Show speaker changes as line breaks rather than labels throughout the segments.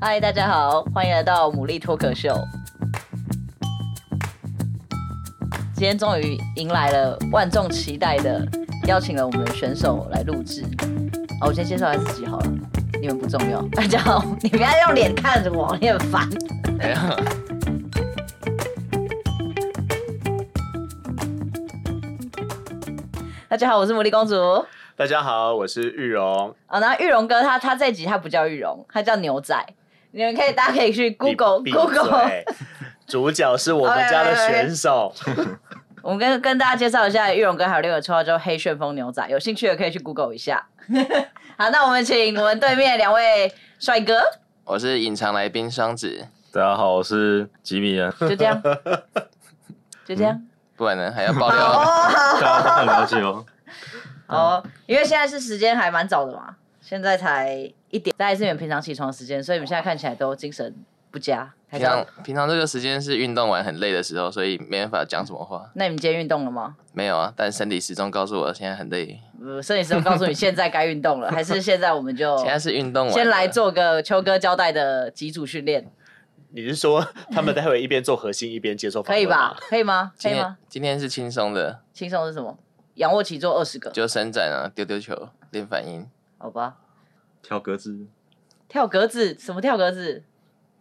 嗨，大家好，欢迎来到牡蛎脱口秀。今天终于迎来了万众期待的，邀请了我们的选手来录制。好，我先介绍一下自己好了，你们不重要。 大家好，你不要用脸看着我，你很烦。
哎呀，
大家好，我是牡蛎公主。
大家好，我是玉荣。
啊，然后玉荣哥他他这集他不叫玉荣，他叫牛仔。你们可以，大家可以去 Google
闭闭
Google。
嘴 主角是我们家的选手。
哎我们跟跟大家介绍一下，玉荣哥还有另一个绰号叫黑旋风牛仔，有兴趣的可以去 Google 一下。 好，那我们请我们对面两位帅 哥，
我是隐藏来宾双子，
哎
大家好，我是吉米 人，
就这样，就这样。
不然呢还要爆
好
料。
哦，
大家都很了解哦。
好哦，因为现在是时间还蛮早的嘛，现在才一点，大概是你们平常起床时间，所以你们现在看起来都精神不佳。还
平
是要
常平常这个时间是运动完很累的时候，所以没办法讲什么话。
那你们今天运动了吗？
没有啊，但身体始终告诉我现在很累。
呃，摄影师有告诉你现在该运动 了，还是现在我们就
现在是运动完，
哦先来。做个秋哥交代的几组训练，
你是说他们待会一边做核心一边接受访
可
问
以
吗
吧？？可以吗？可
今
以
天
吗？
今天是轻松的，
轻松是什么？仰卧起坐二十个，
就伸展啊，丢丢球，练反应，
好吧？
跳格子，
跳格子，什么跳格子？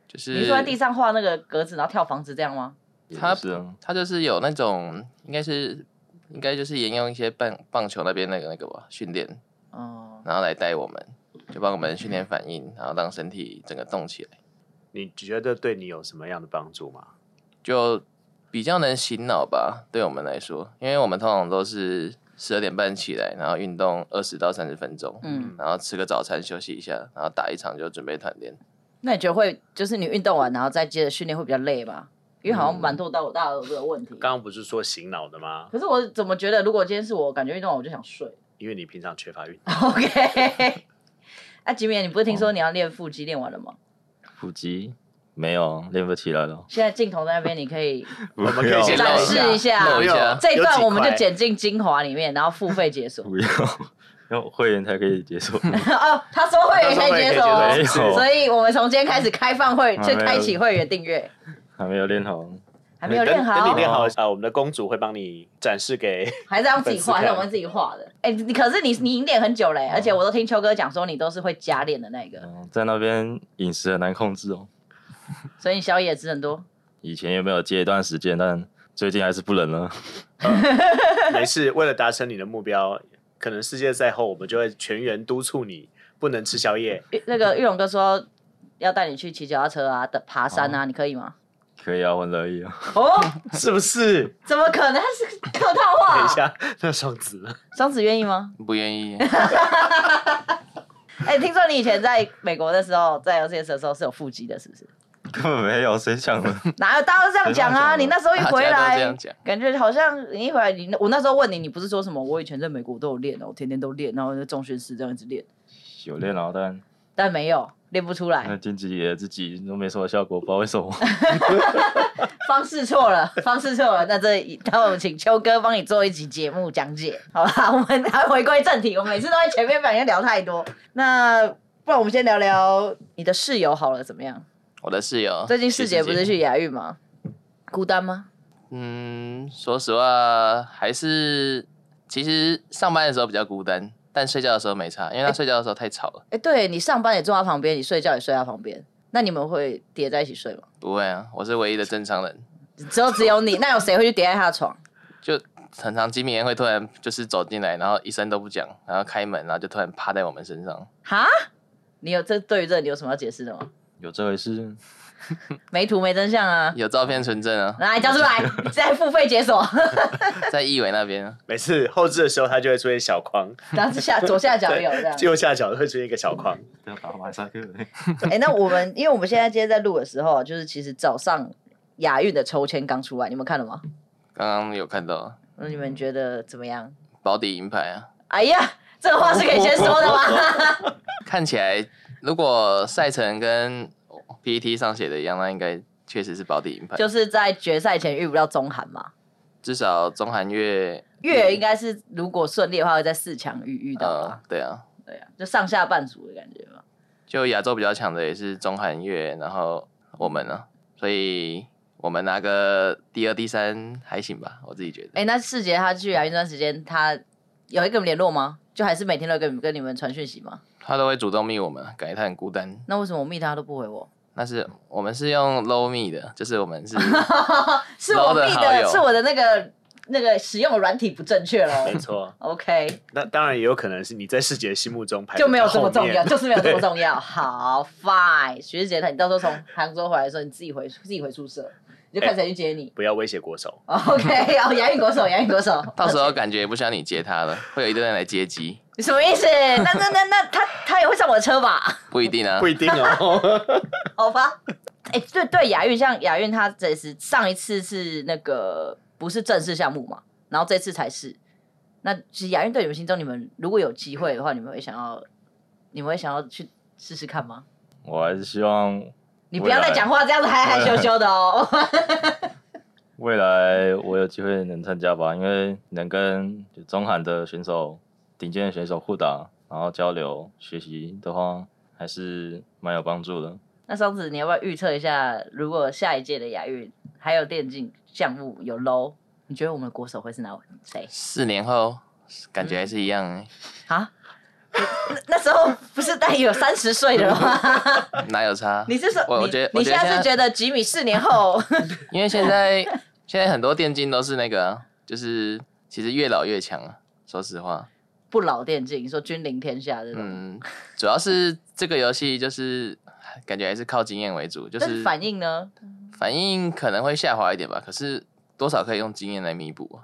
就是
你是说在地上画那个格子，然后跳房子这样吗？
也
他
是啊，
他就是有那种应该是应该就是沿用一些棒棒球那边那个那个吧训练，
哦、
然后来带我们，就帮我们训练反应，然后让身体整个动起来，
你觉得对你有什么样的帮助吗？
就比较能醒脑吧，对我们来说，因为我们通常都是十二点半起来，然后运动二十到三十分钟，
嗯，
然后吃个早餐休息一下，然后打一场就准备团练。
那你觉得会就是你运动完然后再接着训练会比较累吗？因为好像蛮多到大家都有问题。
刚刚不是说醒脑的吗？
可是我怎么觉得，如果今天是我，感觉运动完我就想睡。
因为你平常缺乏运动。
OK，那吉米，你不是听说你要练腹肌练完了吗？
腹肌没有啊练不起来了。
现在镜头在那边，你可 以
我
们可以先
展示一 下
露一下
这一段
有几
我们就
块
剪进精华里面，然后付费解锁。
不要，要会员才可以解锁。
哦，他说会员可以解锁
他说
会员可以解
哦，
锁
所以我们从今天开始开放会，
啊
就开启会员订阅，
还没有练好，
还没有哦练
等等
好
你，练好啊、我们的公主会帮你展示给
还是要自己画，
粉丝看哦
还是我们自己画的？哎，你可是你你已经练很久嘞，而且我都听秋哥讲说你都是会加练的那个，
嗯，在那边饮食很难控制哦。
所以你宵夜也吃很多。
以前有没有戒一段时间，但最近还是不能了。
没事，为了达成你的目标，可能世界赛后我们就会全员督促你不能吃宵 夜。
玉那个玉龙哥说要带你去骑脚踏车啊、的爬山
哦
啊，你可以吗？
可以啊，我很乐意啊。
哦，
是不是？
怎么可能？他是客套
等
话。
一 下，那双子呢
双子愿意吗？
不愿 意，
哎，听说你以前在美国的时候，在 LCS 的时候是有腹肌的，是不是？
根本没有，谁想的？
哪有大家都这样讲啊？
谁这样讲的
你那时候一回
大家都
来
这样讲，
感觉好像你一回来，你我那时候问你，你不是说什么？我以前在美国都有练哦，我天天都练，然后在中学时这样一直练，
有练好，但
但没有练不
哎
出
那
来，
经济也自己都没什么效果，不知道为什么。
方式错了， 方式错了。那这一那我们请秋哥帮你做一集节目讲解，好吧？ 我们还回归正题，我们每次都在前面反应聊太多，那。不然我们先聊聊你的室友好了，怎么样？
我的室友
最近世杰不是
徐
去亚运吗？孤单吗？
嗯，说实话，还是其实上班的时候比较孤单，但睡觉的时候没差，因为他睡觉的时候太吵了。
哎、对你上班也坐他旁边，你睡觉也睡他旁边，那你们会叠在一起睡吗？
不会啊，我是唯一的正常人。
只有只有你，那有谁会去叠在他的床？
就很常吉米会突然就是走进来，然后一声都不讲，然后开门，然后就突然趴在我们身上。
哈？你有这对于这你有什么要解释的吗？
有这回事？
没图没真相啊！
有照片存证啊，
来交出来，再付费解锁，
在义伟那边啊，
每次后置的时候，它就会出现小 框，
然后下左下角有这样。
右下角会出现一个小框。
嗯
不要打马赛克。
哎、那我们因为我们现在今天在录的时候，啊就是其实早上亚运的抽签刚出来，你们看了吗？
刚刚有看到
那你们觉得怎么样？
保底银牌啊，
哎呀，这个话是可以先说的吗？
看起来如果赛程跟 E PPT 上写的一样，那应该确实是保底银牌。
就是在决赛前遇不到中韩嘛，
至少中韩月
越应该是如果顺利的话，会在四强遇遇到
呃
吧？，
对啊，
对啊，就上下半组的感觉嘛。
就亚洲比较强的也是中韩月，然后我们呢、啊所以我们拿个第二、第三还行吧，我自己觉得。
哎、那世杰他去亚运这段时间，他有一个联络吗？就还是每天都跟跟你们传讯息吗？
他都会主动密我们，啊感觉他很孤单。
那为什么我密他都不回我？
那是我们是用 low 密的，就是我们是
是我密
Low 的好
的，
友
是我的那个那个使用软体不正确 咯。
没错。
OK，
那当然也有可能是你在世杰心目中排
就没有这么
后
重
面
要，就是没有这么重 要。好，Fine，学姐，你到时候从杭州回来的时候，你自己回自己回宿舍，你就看谁去接你。
不要威胁国 手。
OK，哦，亚运国手，亚运国手，
到时候感觉不需要你接他了，会有一堆人来接机，
你什么意思？那那那那他他也会上我的车 吧？
不一定啊
不。一定 哦。
好吧。哎、对对，亚运像亚运，他这次上一次是那个不是正式项目嘛，然后这次才是。那其实亚运对你们心中，你们如果有机会的话，你们会想要，你们会想要去试试看吗？
我还是希望
你不要再讲话这样子害害羞羞的哦。
未来我有机会能参加吧，因为能跟就中韩的选手、顶尖的选手互打，然后交流学习的话，还是蛮有帮助的。
那双子，你要不要预测一下，如果下一届的亚运还有电竞项目有 low，你觉得我们的国手会是哪谁
四年后感
嗯
觉还是一样、欸，
啊？ 那那时候不是大概有三十岁的了 吗？
哪有差？
你是说
我我
你
觉得
你
我觉
现
得
在是觉得吉米四年后
因为现在现在很多电竞都是那个啊、就是其实越老越强啊。说实话，
不老电竞，说君临天下这种，
嗯，主要是这个游戏就是感觉还是靠经验为主，就
但
是
是反应呢？
反应可能会下滑一点吧，可是多少可以用经验来弥补啊。
嗯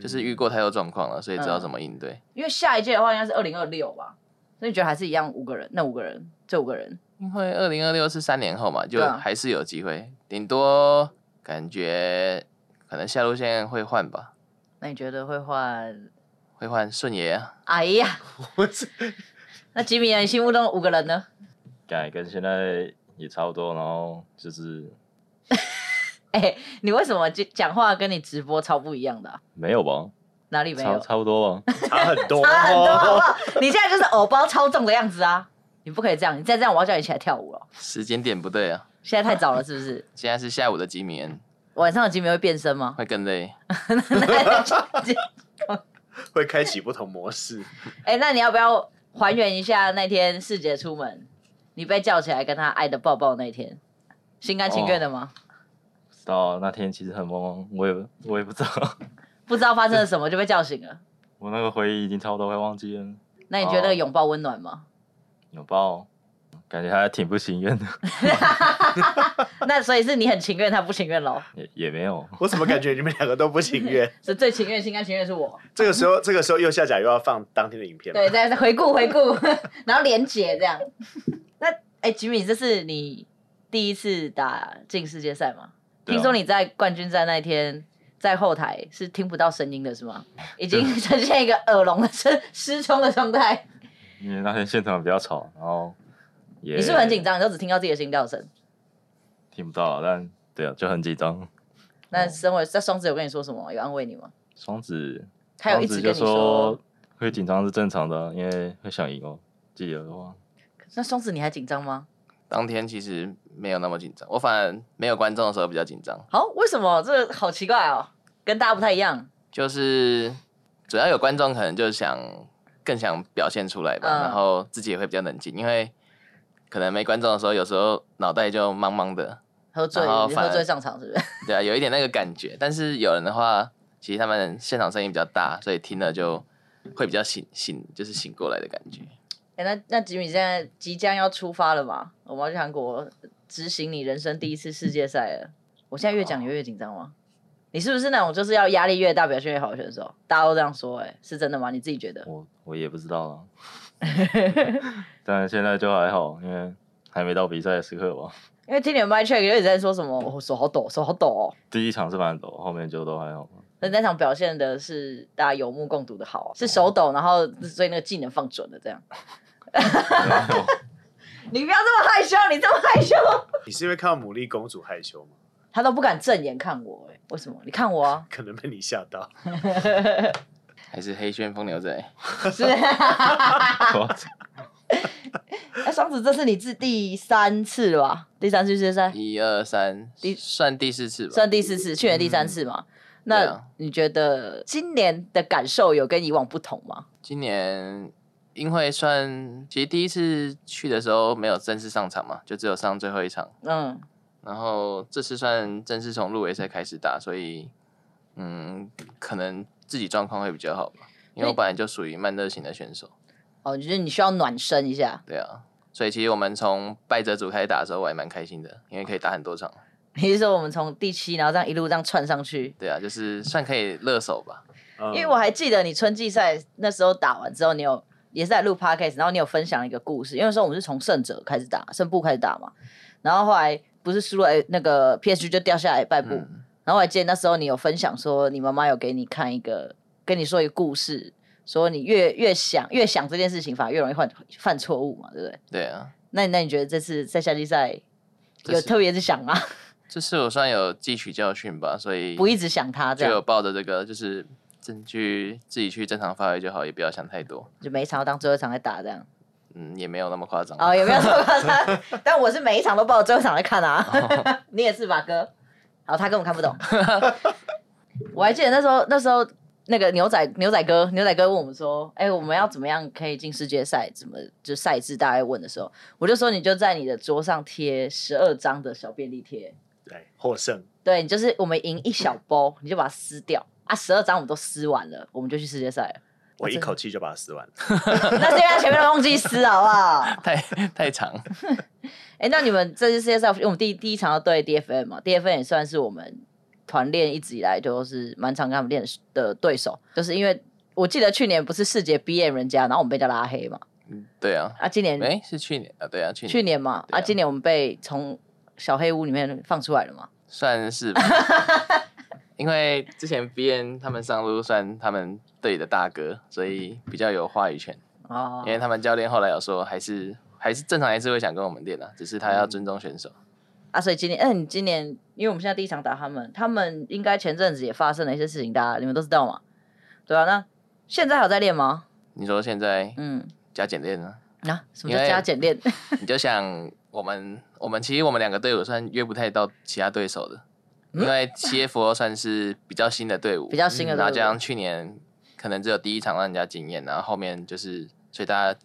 就是遇过太多状况了，所以知道怎么应对。
因为下一届的话应该是二零二六吧，所以你觉得还是一样五个人？那五个人，这五个人，
因为二零二六是三年后嘛，就
对啊
还是有机会，顶多感觉可能下路线会换吧，
那你觉得会换？
会换顺爷啊。
哎呀，
我是
那吉米呢？你心目中的五个人呢？
改跟现在也差不多，然后就是
哎、你为什么就讲话跟你直播超不一样的啊、
没有吧，
哪里没
差
有？
差不多吧。
差很多，
差很多好不好？你现在就是偶包超重的样子啊！你不可以这样，你再这样我要叫你起来跳舞了。
时间点不对啊，
现在太早了，是不 是？
现在是下午的吉米恩，
晚上的吉米会变身 吗？
会更累。
会开启不同模式。
哎、那你要不要还原一下那天世杰出门，你被叫起来跟他爱的抱抱那天，心甘情愿的吗？
到那天其实很懵，我也 我也不知道，
不知道发生了什么就被叫醒 了。
我那个回忆已经差不多快忘记了。
那你觉得那个拥抱温暖吗？
拥抱，感觉还挺不情愿的，
那所以是你很情愿，他不情愿喽？
也也没有。
我怎么感觉你们两个都不 情愿？
是最情愿、心甘情愿是我。
这个时候，这个时候右下角又要放当天的影片吗。
对，再再回顾回顾， 然后连结这样。 那哎，吉米，这是你第一次打进世界赛吗？
对啊
听说你在冠军赛那天在后台是听不到声音的，是吗？已经呈现一个耳聋的失失聪的状态。
因为那天现场比较吵，然后也
你是不是很紧，张？你都只听到自己的心跳声。
听不到，但对啊，就很紧张。
那身为在双子有跟你说什么吗？有安慰你吗？
双子，
他有一
双
直
子
跟
就
你说。
会紧张是正常的，因为会想赢哦。记得 的话，
那双子你还紧张吗？
当天其实没有那么紧张，我反而没有观众的时候比较紧张，
好、为什么？这个好奇怪哦，跟大家不太一样。
就是主要有观众可能就想更想表现出来吧，
嗯
然后自己也会比较冷静，因为可能没观众的时候，有时候脑袋就茫茫的，
喝醉，
然后反而
喝醉上场是不是？
对啊，有一点那个感觉。但是有人的话，其实他们现场声音比较大，所以听了就会比较醒醒，就是醒过来的感觉。
哎、那那吉米现在即将要出发了嘛？我们要去韩国执行你人生第一次世界赛了。我现在越讲你越紧张吗？你是不是那种就是要压力越大表现越好的选手？大家都这样说、哎，是真的吗？你自己觉得？
我我也不知道了。 但现在就还好，因为还没到比赛的时刻吧。
因为听你们 my check 有点在说什么，我、手好抖，手好抖哦。
第一场是蛮抖，后面就都还好。
那那场表现的是大家有目共睹的好，啊是手抖，然后所以那个技能放准了这样。 你不要这么害羞，你这么害羞，
你是因为看到牡蛎公主害羞吗？，
他都不敢正眼看我、欸，为什么？你看我、啊
可能被你吓到。
还是黑旋风牛仔，
是。那双子，这是你自第三次了吧？第三次世界赛
一二三
哎第，
算第四次吧。
算第四次，去年第三次嘛。
对
那
啊
你觉得今年的感受有跟以往不同吗？
今年因为算，其实第一次去的时候没有正式上场嘛，就只有上最后一场。
嗯，
然后这次算正式从入围赛开始打，所以嗯，可能自己状况会比较好吧，因为我本来就属于慢热型的选手，
哦，你觉得你需要暖身一下？
对啊，所以其实我们从败者组开始打的时候，我还蛮开心的，因为可以打很多场，
你是说我们从第七，然后这样一路这样窜上去？
对啊，就是算可以热手吧，
嗯
因为我还记得你春季赛那时候打完之后，你有也是在录 podcast，然后你有分享一个故事，因为那时候我们是从胜者开始打，胜部开始打嘛，然后后来不是输了哎那个 PSG 就掉下来败部，
嗯，
然后我还记得那时候你有分享说，你妈妈有给你看一个，跟你说一个故事，说你越越想越想这件事情，反而越容易犯犯错误嘛，对不对？
对啊，
那 你那你觉得这次在夏季赛
这
有
次
特别是想吗？
这次我算有汲取教训吧，所以
不一直想他这
就有
样，
抱着这个就是正去自己去正常发挥就好，也不要想太多，
就每一场要当最后一场来打这样。
嗯，也没有那么夸张，
哦，有没有这么夸张？但我是每一场都抱最后一场来看啊， 你也是吧，哥？好，他根本看不懂。我还记得那时候，那时候那个牛仔牛仔哥牛仔哥问我们说：“哎、我们要怎么样可以进世界赛？怎么就赛制？”大概问的时候，我就说你就在你的桌上贴十二张的小便利贴，
对获胜，
对你就是我们赢一小包，你就把它撕掉啊，十二张我们都撕完了，我们就去世界赛了。
我一口气就把它撕完了。
那是因为他前面都忘记撕，好不好？
太太长，
哎、那你们这次世界赛，因为我们第第一场要对 DFN 嘛，DFN 也算是我们团练一直以来就是蛮常跟他们练的对手，就是因为我记得去年不是世界 BM 人家，然后我们被人家拉黑嘛，
嗯对啊，
啊，今年
哎、是去年啊，对啊，去年
去年嘛，
对
啊
啊
今年我们被从小黑屋里面放出来了嘛，
算是 吧，因为之前 B N 他们上路算他们队的大哥，所以比较有话语权。
哦
因，为他们教练后来有说，还是还是正常还是会想跟我们练的、只是他
嗯
要尊重选手。
啊，所以今年，嗯、你今年，因为我们现在第一场打他们，他们应该前阵子也发生了一些事情，大家你们都知道嘛，对啊，那现在还有在练吗？
你说现在
嗯，
加减练呢？
啊，什么叫
因为
加减练？
你就想我们我们其实我们两个队伍算约不太到其他对手的，因为 C F O 算是比较新的队伍，
嗯比较新的
嗯然后
队伍
加上去年可能只有第一场让人家惊艳，然后后面就是所以大家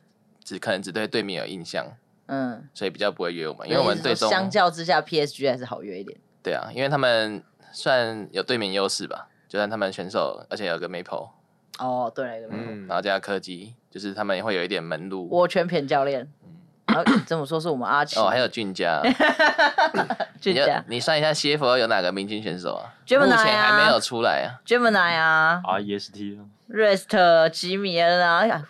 只可能只对对面有印象。
嗯。
所以比较不会约我们，因为我们
所以
队
你是说
中
相较之下，PSG 还是好约一点。
对啊，因为他们算有对面优势吧，就算他们选手，而且有个 Maple，、
哦，对了，对了
嗯
然，后加柯基，就是他们会有一点门路。
我全偏教练。然后这么说是我们阿奇
嗯哦，还有俊佳，
俊
你就
佳、
你算一下 CFO 有哪个明星选手啊？
Gemini
目前还没
啊
有出来啊。
Gemini 啊、
REST 啊
Rest、吉米恩啊，哎呀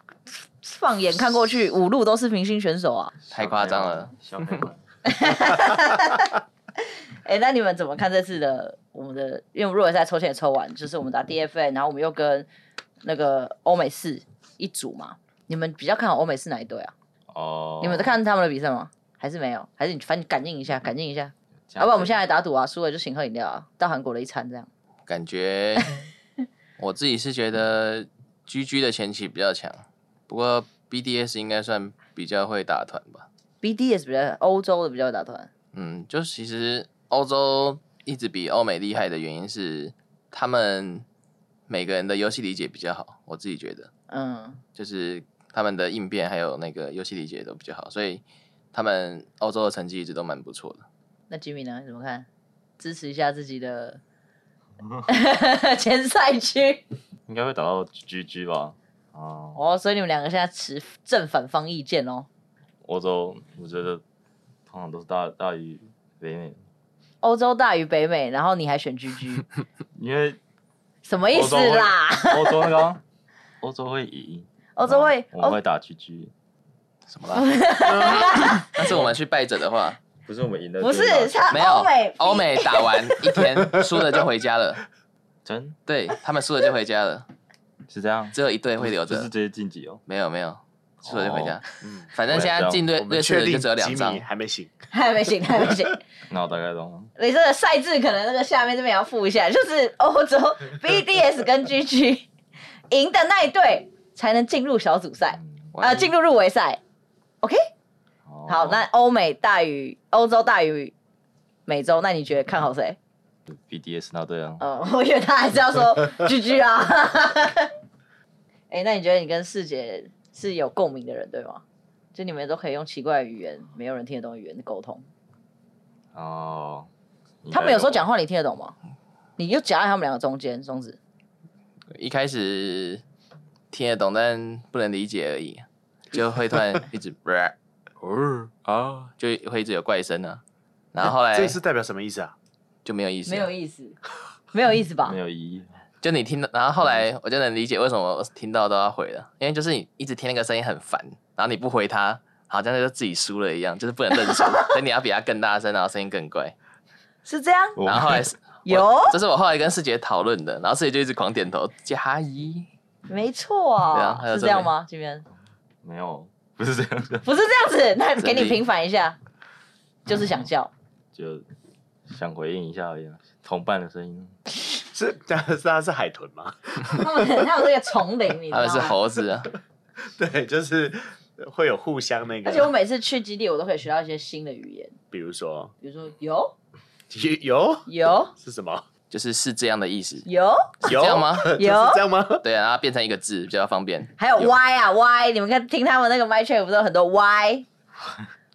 放眼看过去，五路都是明星选手啊。
太夸张了，
小朋友。
哎，那你们怎么看这次的我们的？因为我们入围赛抽签也抽完，就是我们打 DFN，然后我们又跟那个欧美四一组嘛。你们比较看好欧美四哪一队啊？
哦，
你们在看他们的比赛吗？还是没有？还是你反正感应一下，感应一下。
这
要、
样子？
不然我们现在来打赌啊，输了就请喝饮料啊，到韩国的一餐这样。
感 觉我自己是觉得 GG 的前期比较强，不过 BDS 应该算比较会打团吧。
BD 也是比较欧洲的比较大团，
嗯，就其实欧洲一直比欧美厉害的原因是，他们每个人的游戏理解比较好，我自己觉得，
嗯，
就是他们的应变还有那个游戏理解都比较好，所以他们欧洲的成绩一直都蛮不错的。
那吉米呢？你怎么看？支持一下自己的前赛区
应该会打到 GG 吧？啊，
哦，所以你们两个现在持正反方意见哦。
欧洲我觉得通常都是大大于北美，
欧洲大于北美，然后你还选 GG，
因为
什么意思啦？
欧洲那个啊欧洲会赢，
欧洲会
然后我们
欧
会打 GG，
什么啦？ 但是我们去败者的话，
不是我们赢的，
不是他
没
啊欧
有
美
欧美打 完一天输了就回家了，
真
对他们输了就回家了，
是这样，
只有一队会留
不是
着
直，接晋级哦。
没有没有，所以就回家。
嗯，
反正现在进
我
瑞
我们
瑞士
确
的就
定
只有两
吉
张
米，还没醒，
还没醒，还没醒。
那我大概懂。
你这个赛制可能那个下面这边也要附一下，就是哦欧洲 BDS 跟 GG 赢的那一队才能进入小组赛，
嗯
啊，进入入围赛。OK，好，
哦
那欧美大于欧洲大于美洲，那你觉得看好谁？
BDS 那对啊，
呃， 我以为他还是要说 GG 啊。 哎、那你觉得你跟世杰是有共鸣的人对吗？就你们都可以用奇怪的语言，没有人听得懂的语言沟通。
哦，
他们有时候讲
话，
话你听得懂吗？你就夹在他们两个中间，中指。
一开始听得懂，但不能理解而已，就会突然一 直哦啊，就会一直有怪声呢、 然后后来
这是代表什么意思啊？
就没有意思了，
没有意思，
啊
没有意思吧
没？有意义。
就你听到，然后后来我就能理解为什么我听到都要回了，因为就是你一直听那个声音很烦，然后你不回他，好像就自己输了一样，就是不能认输， 所以你要比他更大声，然后声音更怪。
是这样？
我
然后后来
有，
这是我后来跟世杰讨论的，然后世杰就一直狂点头，加一，
没错
对啊
啊，
还有
是这样吗？这边
没有，不是这样的，
不是这样子，那
真
给你
理
平反一下，就是想 笑。
就想回应一下而已啊。同伴的声音，
是， 但是它是海豚吗？
他们他们是个丛林，你知
他
道
们是
吗？
猴 子啊，
对，就是会有互相那
而且我
个，
每次去基地，我都可以学到一些新的语言，
比如说
比如说有
有有
有
是什么？
就是是这样的意思，
有，
有
这样吗
就是
有
这样吗？
对啊，然后变成一个字比较方便。
还有
有
Y 啊 Y，你们看听他们那个 My Chat 不是有很多 Y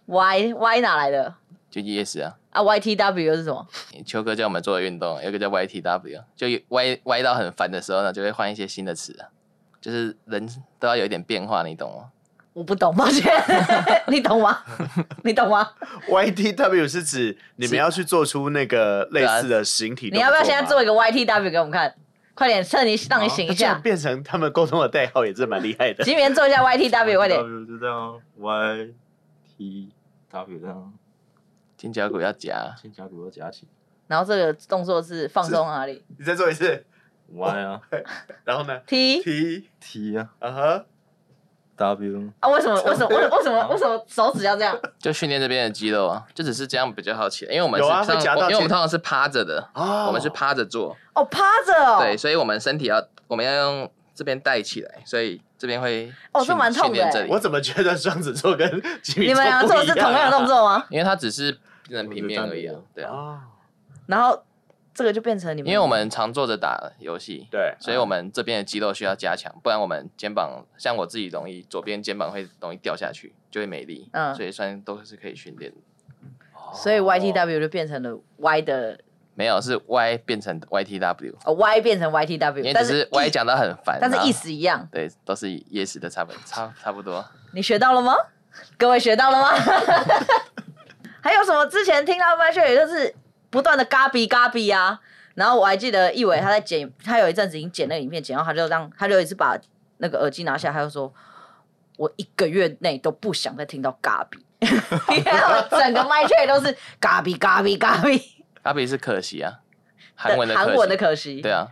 Y Y 哪来的
就 yes 啊，
啊？YTW 又是什么？
秋哥叫我们做的运动，有一个叫 YTW，就歪歪到很烦的时候呢，就会换一些新的词啊，就是人都要有一点变化，你懂吗？
我不懂，抱歉， 你懂吗？ 你懂吗？
YTW 是指你
是
们
啊
要去做出那个类似的形体
你
动作吗，
要不要现在做一个 YTW 给我们看？快点，趁你让你醒一
这样
下，
变成他们沟通的代号也是蛮厉害的。
吉明做一下 YTW，快点。
W 就这样啊，Y T W 这样啊，
尖角骨要夹，
肩胛骨都夹起
然后这个动作是放松哪里
你再做一次，
，Y 啊
然后呢
？T
？T
T 啊
啊哈，
W
啊？为什么？为什么？为 为什么？为什么手指要这样？
就训练这边的肌肉啊，就只是这样比较好起来，因为我们
有
是
啊
上、
会夹到
因为我们
肩
通常是趴着的，
哦
我们是趴着做，
哦，趴着哦。
对，所以我们身体要我们要用这边带起来，所以这边会
哦
训
这蛮痛的
训练这里
欸我，怎么觉得双子座跟金鱼
你们两个做的是同样的 动作吗？
因为它只是变成平面而已啊
我知道，
对啊，
啊？
然后这个就变成你们，
因为我们常坐着打游戏，
对，
所以
嗯
我们这边的肌肉需要加强，不然我们肩膀像我自己容易左边肩膀会容易掉下去，就会没力，
嗯
所以算都是可以训练的。
所以 YTW 就变成了 Y 的
没有是 Y 变成 YTW，
哦 Y 变成
因
YTW，
为
但
只
是
是 Y 啊讲的很烦，
但是
然后
意思一样。
对都是 yes 的差不差差不多。
你学到了吗？各位学到了吗？ 还有什么？之前听到麦雀也就是不断的嘎比嘎比啊，然后我还记得一伟他在剪，他有一阵子已经剪那个影片，剪到他就让他就一直把那个耳机拿下，他就说：“我一个月内都不想再听到嘎 比。”你看我整个麦雀都是嘎比嘎比嘎比，
阿比是可惜啊，韩文的可惜
韩文的可惜。
对啊，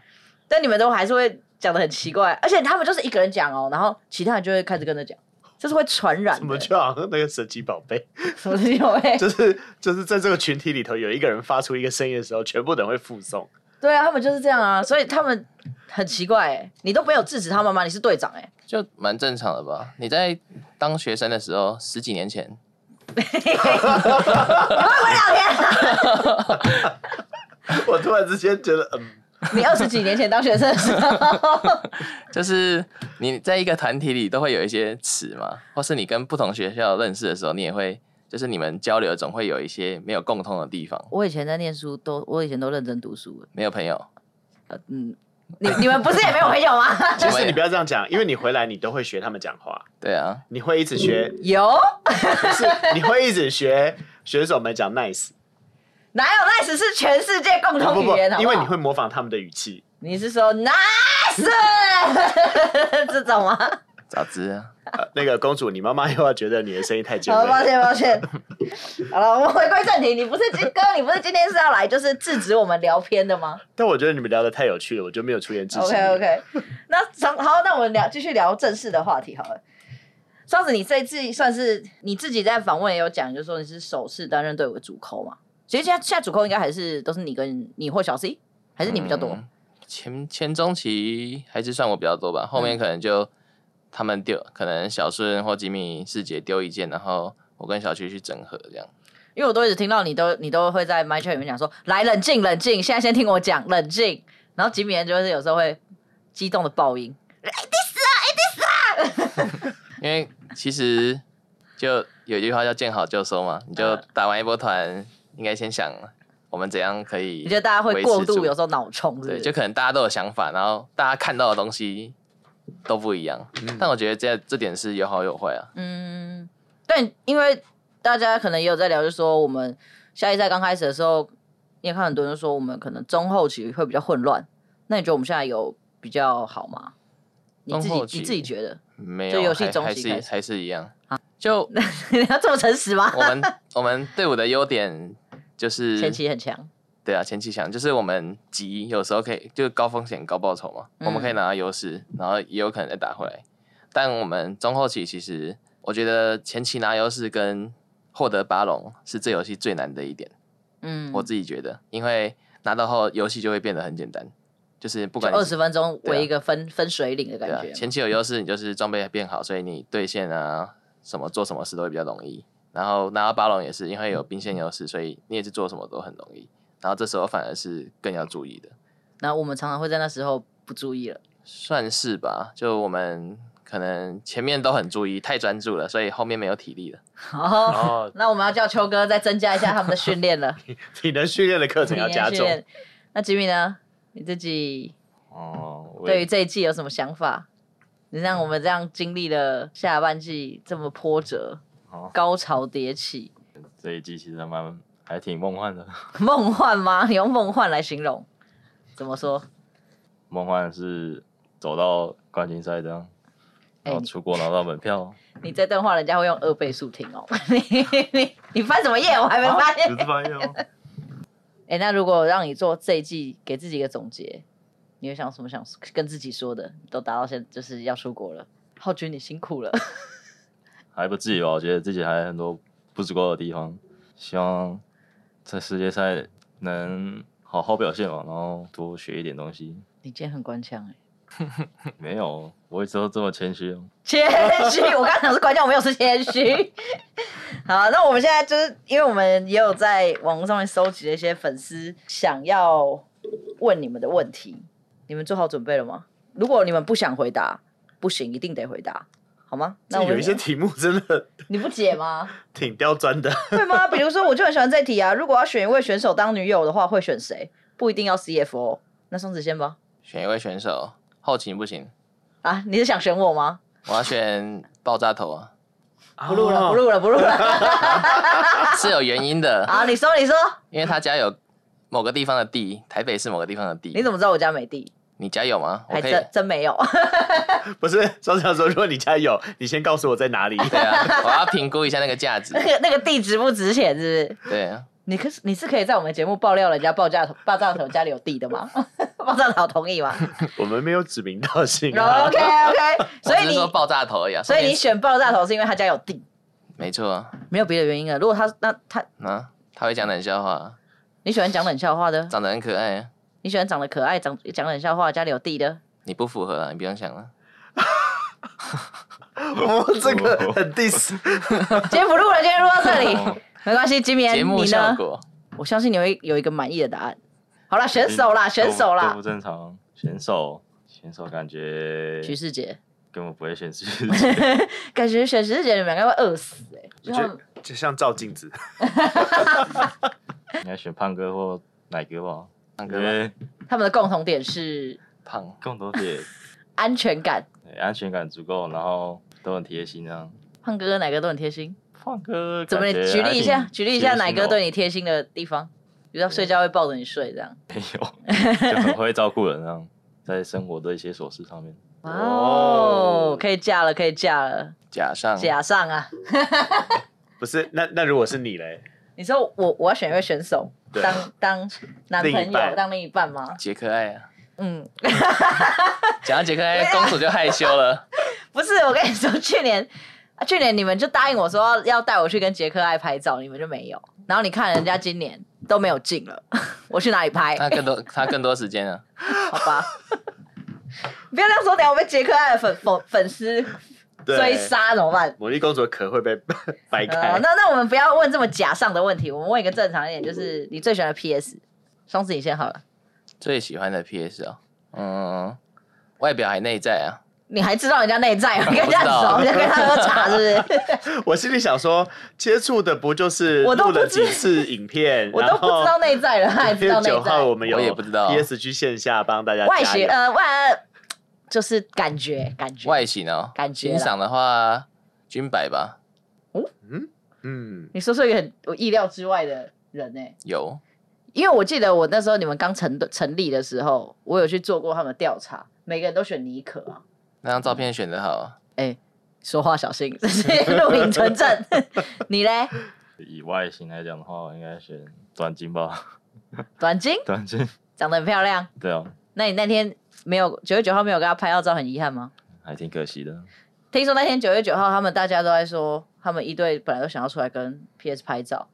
但你们都还是会讲的很奇怪，而且他们就是一个人讲哦，然后其他人就会开始跟着讲，这是会传染
怎么
的。
就好像那个神奇宝贝，
什么事情会？
就是就是在这个群体里头有一个人发出一个声音的时候，全部的人会附送。
对啊，他们就是这样啊，所以他们很奇怪哎、你都没有制止他们吗？你是队长 哎、
就蛮正常的吧。你在当学生的时候，十几年前，
啊
我突然之间觉得，嗯，
你二十几年前当学生的时候，
就是你在一个团体里都会有一些词嘛，或是你跟不同学校认识的时候，你也会就是你们交流总会有一些没有共通的地方，
我以前在念书都，我以前都认真读书的，
没有朋友。
呃嗯，你你们不是也没有朋友吗？
其
请
实
问
你不要这样讲，因为你回来你都会学他们讲话，
对啊，
你会一直学，
有
是你会一直学选手们讲 nice，
哪有 nice 是全世界共
不
同
不
语
不
言好，不
因为
好
你会模仿他们的语气。
你是说 nice 这种吗？
早知啊，
呃那个公主，你妈妈又要觉得你的声音太尖
好
锐
了，抱
了。
歉抱歉。好了，我们回归正题，你不是今哥，你不是今天是要来就是制止我们聊偏的吗？
但我觉得你们聊得太有趣了，我就没有出言制止你。
OK OK，那从好，那我们聊继续聊正式的话题好了。双子，你这一次算是你自己在访问也有讲，就是说你是首次担任队伍的主扣嘛。其实现在现在主扣应该还是都是你跟你或小 C，还是你比较多？
嗯前前中期还是算我比较多吧，后
嗯
面可能就他们丢，可能小顺或吉米师姐丢一件，然后我跟小区去整合这样。
因为我都一直听到你都你都会在 My Chat 里面讲说，来冷静冷静，现在先听我讲冷静。然后吉米人就是有时候会激动的爆音，
因为其实就有一句话叫见好就收嘛，你就
嗯
打完一波团，应该先想我们怎样可以，
你觉得大家会过度有时候
候
脑冲是不是
对，就可能大家都有想法，然后大家看到的东西都不一样，但我觉得这这点是有好有坏啊。
嗯，但因为大家可能也有在聊，就说我们下一赛刚开始的时候，你也看很多人说我们可能中后期会比较混乱。那你觉得我们现在有比较好吗？你自己
中后期
你自己觉得？
没
就
有，
游戏
还
中
还
期
是
开始
还是一样，就
你要这么诚实吗？
我们我们队伍的优点就 是
前期很强，
对啊，前期想就是我们急，有时候可以就是高风险高报酬嘛，
嗯
我们可以拿到优势，然后也有可能再打回来。但我们中后期其实，我觉得前期拿优势跟获得八龙是这游戏最难的一点，
嗯，
我自己觉得，因为拿到后游戏就会变得很简单，就是不
就
管你
二十分钟
对啊
为一个分、分水岭的感
对啊
觉，。
前期有优势，你就是装备变好，所以你兑现啊，什么做什么事都会比较容易。然后拿到八龙也是因为有兵线优势，所以你也是做什么都很容易。然后这时候反而是更要注意的。
然后我们常常会在那时候不注意了，
算是吧，就我们可能前面都很注意，太专注了，所以后面没有体力了。
哦，
哦，
那我们要叫秋哥再增加一下他们的训练 了，
体能训练的课程要加
训
重。
练。那吉米呢？你自己
哦，我
对
也
于这一季有什么想法？你让我们这样经历了下半季这么波折、
哦，
高潮迭起，
这一季其实还蛮还挺梦幻的，
梦幻吗？你用梦幻来形容，怎么说？
梦幻是走到冠军赛这样，
哎
然后出国拿到门票，
你这段话人家会用二倍速听哦。 你你你翻什么页？我 还没发现。
只啊是发现哦。
哎、那如果让你做这一季，给自己一个总结，你有想什么想跟自己说的？都达到现就是要出国了，浩君你辛苦了。
还不至于吧？我觉得自己还有很多不足够的地方，希望在世界赛能好好表现吧，然后多学一点东西。
你今天很官腔哎、
没有，我一直都这么谦虚哦。
谦虚，我刚刚讲是关键，我没有是谦虚。 好，那我们现在就是因为我们也有在网络上面收集了一些粉丝想要问你们的问题，你们做好准备了吗？如果你们不想回答，不行，一定得回答，好吗？那
这
我
有
们
一些题目 真的
你不解吗？
挺刁钻的，
会吗？比如说，我就很喜欢这题啊。如果要选一位选手当女友的话，会选谁？不一定要 CFO。那松子先吧。
选一位选手，后勤不行，
啊，你是想选我吗？
我要选爆炸头啊，
不录哦了，不录了，不录了。
是有原因的，
好，你说，你说，
因为他家有某个地方的地，台北市某个地方的地。
你怎么知道我家没地？
你家有吗？我
还
可以。
真真没有。
哦。不是，张想说，如果你家有，你先告诉我在 哪里。
对啊，我要评估一下那个价值
那。个那个地值不值钱，是不是？
对啊，
你可是你是可以在我们节目爆料人家爆炸头爆炸头家里有地的吗？ 爆炸头同 意吗
我们没有指名道姓啊。
？OK OK，所
我
以
只是
你
说爆炸头而已啊。
所以你
说
选爆炸头是因为他家有地，
不定没错啊，
没有别的原因了。如果他那他
啊，他会讲冷笑话，
你喜欢讲冷笑话的，
长得很可爱啊，
你喜欢长得可爱、讲讲冷笑话、家里有地的，
你不符合啊，你不用想了。
哦，这个很 diss。
今天不录了，今天录到这里，
哦
没关系。今年
节目
你
效
呢？
果，
我相信你会有一个满意的答案。好啦，选手
嗯
啦，选手
都
啦
不，正常，选手，选手感觉
徐世杰，
根本不会选
感觉选徐世杰你们应该会饿死哎、欸
我
就
觉
他
得
们
就像照镜子，
应该选胖哥或奶哥吧，
唱
因
歌吧
为
他们的共同点是
胖。
共同点
安全感。
对安全感足够，然后都很贴心啊。
胖哥跟奶哥都很贴心，
胖哥
怎么
感
你
觉
举
还
例一
挺
下？举例一下
贴心
奶哥
哦
对你贴心的地方，比如他睡觉会抱着你睡这样。
没 有，就很会照顾人啊， 在生活的一些琐事上面。
哇哦
哦，
可以嫁了，可以嫁了，
假上
哦
假上啊！
不是？那那如果是你嘞？
你说我我要选一位选手
对
当当男朋
另一半
友当另一半吗？
杰克爱啊，
嗯，
讲到杰克爱，公主就害羞了。
不是，我跟你说，去年啊，去年你们就答应我说要带我去跟杰克爱拍照，你们就没有。然后你看人家今年都没有进了， 我去哪里拍？
他更多他更多时间啊，
好吧，不要这样说，等下我被杰克爱的粉粉粉丝追杀怎么办？
魔力公主的壳会被 掰
呃
开，。
那那我们不要问这么假上的问题，我们问一个正常一点，就是你最喜欢的 PS。双子，你先好了，
最喜欢的 PS 哦，嗯，外表还内在啊，
你还知道人家内在， 你跟人家很熟，
我
你
知
就跟他喝茶是不 是？
我心里想说，接触的不就是
我都
录
不
了
知
几次影片，
我都不知道内在了，他还
然后。
知道内
九号
在。
我们有
我也不知道
PSG 线下帮大家
外
加
形
油。
呃外呃就是感觉感觉，
外形哦，
感觉啦啊
欣赏的话，君百吧，
嗯，
你说说一个很我意料之外的人呢、
有
因为我记得我那时候你们刚成成立的时候，我有去做过他们的调查，每个人都选尼可啊。
那张照片选的好啊，
说话小心，这 是录影存证。 你嘞，
以外形来讲的话，我应该选短金吧，
短金
短金。
长得很漂亮，
对啊，
那你那天没有九月九号没有跟他拍到照，很遗憾吗？
还挺可惜的。
听说那天九月九号，他们大家都在说，他们一队本来都想要出来跟 PS 拍照。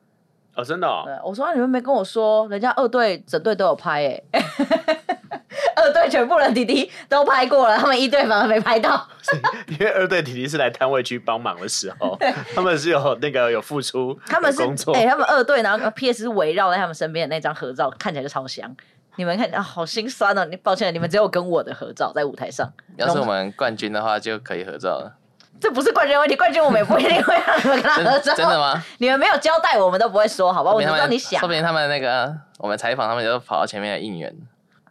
哦，真的哦，
对，我说、啊、你们没跟我说，人家二队整队都有拍哎、 二队全部人弟弟都拍过了，他们一队反而没拍到。
因为二队弟弟是来摊位区帮忙的时候，他们是有那个有付出，
他们是
有工作
哎、，他们二队，然后 PS 是围绕在他们身边的那张合照，看起来就超香。你们看啊，好心酸哦！你抱歉，你们只有跟我的合照在舞台上，
要是我们冠军的话就可以合照了，
这不是冠军的问题，冠军我们也不一定会让你们跟他
真
合照。
真的？吗？
你们没有交代，我们都不会说，好吧？
说
我
不定
知
他
道
们
你想
说不。定他们那个啊我们采访他们就跑到前面来应援，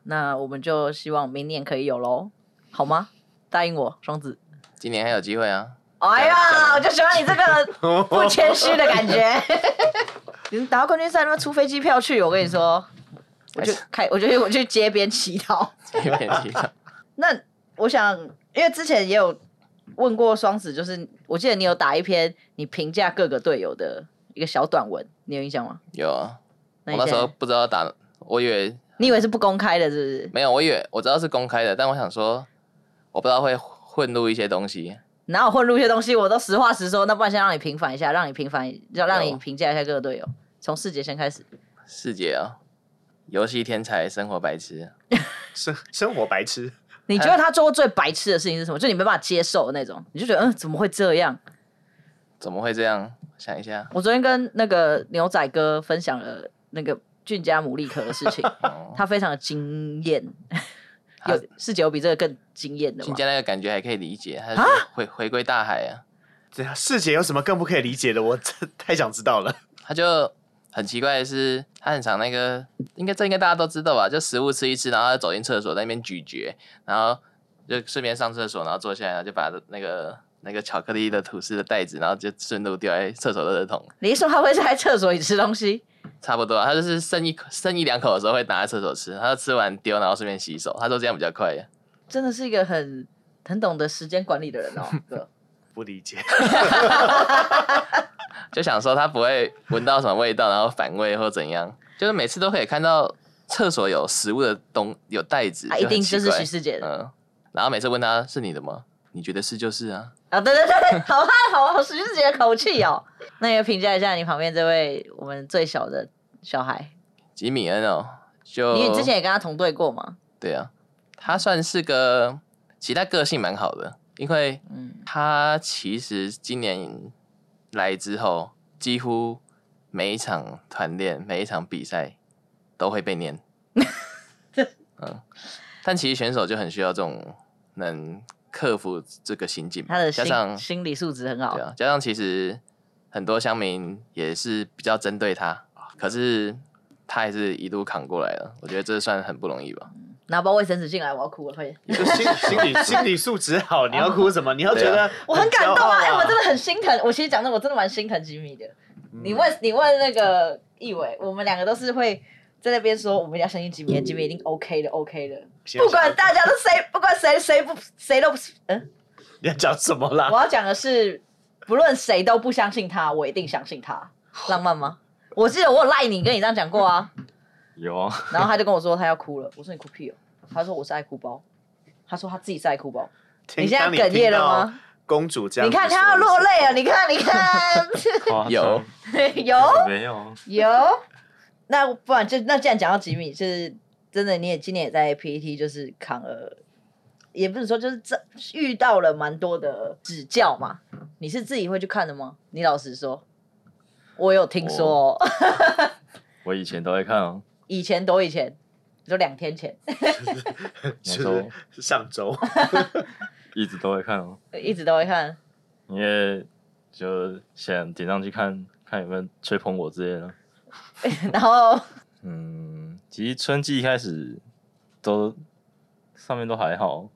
那我们就希望明年可以有喽，好吗？答应我，双子。
今年还有机会啊，
哎呀，我就喜欢你这个不谦虚的感觉。 你们打到冠军赛，他妈出飞机票去，我跟你说，我就开，我就我去街边乞讨。
这边提 到
那我想，因为之前也有问过双子，就是我记得你有打一篇你评价各个队友的一个小短文，你有印象吗？
有啊，
那你
我那
现
时候
在
不知道打，我以为
你以为是不公开的，是不是？
没有，我以为我知道是公开的，但我想说，我不知道会混入一些东西，
哪有混入一些东西？我都实话实说，那不然先让你平反一下，让你平反，让让
啊
你评价一下各个队友。从世杰先开
哎
始，
世界啊、游戏天才，生活白痴，
生生活白痴。
你觉得他做过最白痴的事情是什么？就你没办法接受的那种，你就觉得嗯，怎么会这样？
怎么会这样？想一下，
我昨天跟那个牛仔哥分享了那个俊家牡蛎壳的事情，
哦，
他非常的惊艳。
他
有世杰有比这个更惊艳的
新
吗？
疆那个感觉还可以理解，他是回回归大海啊，
对啊，世姐有什么更不可以理解的？我真太想知道了。
他就很奇怪的是，他很常那个，应该这应该大家都知道吧？就食物吃一吃，然后他走进厕所在那边咀嚼，然后就顺便上厕所，然后坐下来，然后就把那个那个巧克力的吐司的袋子，然后就顺路掉在厕所垃圾桶，
你一说他会是在厕所里吃东西？
差不多、啊。他就是剩一剩一两口的时候会拿在厕所吃，他就吃完丢，然后顺便洗手，他说这样比较快呀。
真的是一个很很懂得时间管理的人 哦。哥
不理解，
就想说他不会闻到什么味道，然后反胃或怎样，就是每次都可以看到厕所有食物的东有袋子，
啊他一定
很奇
就是
怪
徐世杰的
嗯，然后每次问他是你的吗？你觉得是就是啊。
啊，对对对对，好汉好好徐世杰的口气哦。那也评价一下你旁边这位我们最小的小孩，
吉米恩哦，就
你之前也跟他同队过吗？
对啊，他算是个，其实他个性蛮好的，因为
嗯，
他其实今年来之后，几乎每一场团练、每一场比赛都会 被念。嗯，但其实选手就很需要这种能克服这个心境，
他的
加
心
上
心理素质很好
对。啊，加上其实很多乡民也是比较针对他，可是他还是一路扛过来了，我觉得这算很不容易吧。
拿包卫生纸进来，我要哭了，快点！
你说心心理心理素质好，你要哭什么？你要觉得
我很感
骄
动
傲
啊！
啊！嗯
哎、我真的很心疼。我其实讲真的，我真的蛮心疼吉米的。你问你问那个义伟，我们两个都是会在那边说，我们要相信吉米，吉米一定 OK 的，OK
嗯
的。不管大家都谁，不管谁谁不谁都不是，嗯，
你要讲什么啦
我，要讲的是，不论谁都不相信他，我一定相信他。浪漫 吗？我记得我有赖你，跟你这样讲过啊。
有啊，
然后他就跟我说他要哭了，我说你哭屁哦。他说我是爱哭包，他说他自己是爱哭包。
听
你现在
当
哽咽
听
了
到
吗？
公主这样
你
子说
看
一声，
他要落泪了，你看，你 看，
夸张
有
有
没有？
有。那不然就那既然讲到吉米，就是真的，你也今年也在 PET 就是扛了，也不是说就是这遇到了蛮多的指教嘛。你是自己会去看的吗？你老实说，我有听说、哦，
我以前都会看哦，
以前多以前，你说两天前，
就是上 周
一直都会看哦，
一直都会看。
因为就想点上去看看有没有吹捧我之类的。
然后
嗯，其实春季一开始都上面都还好，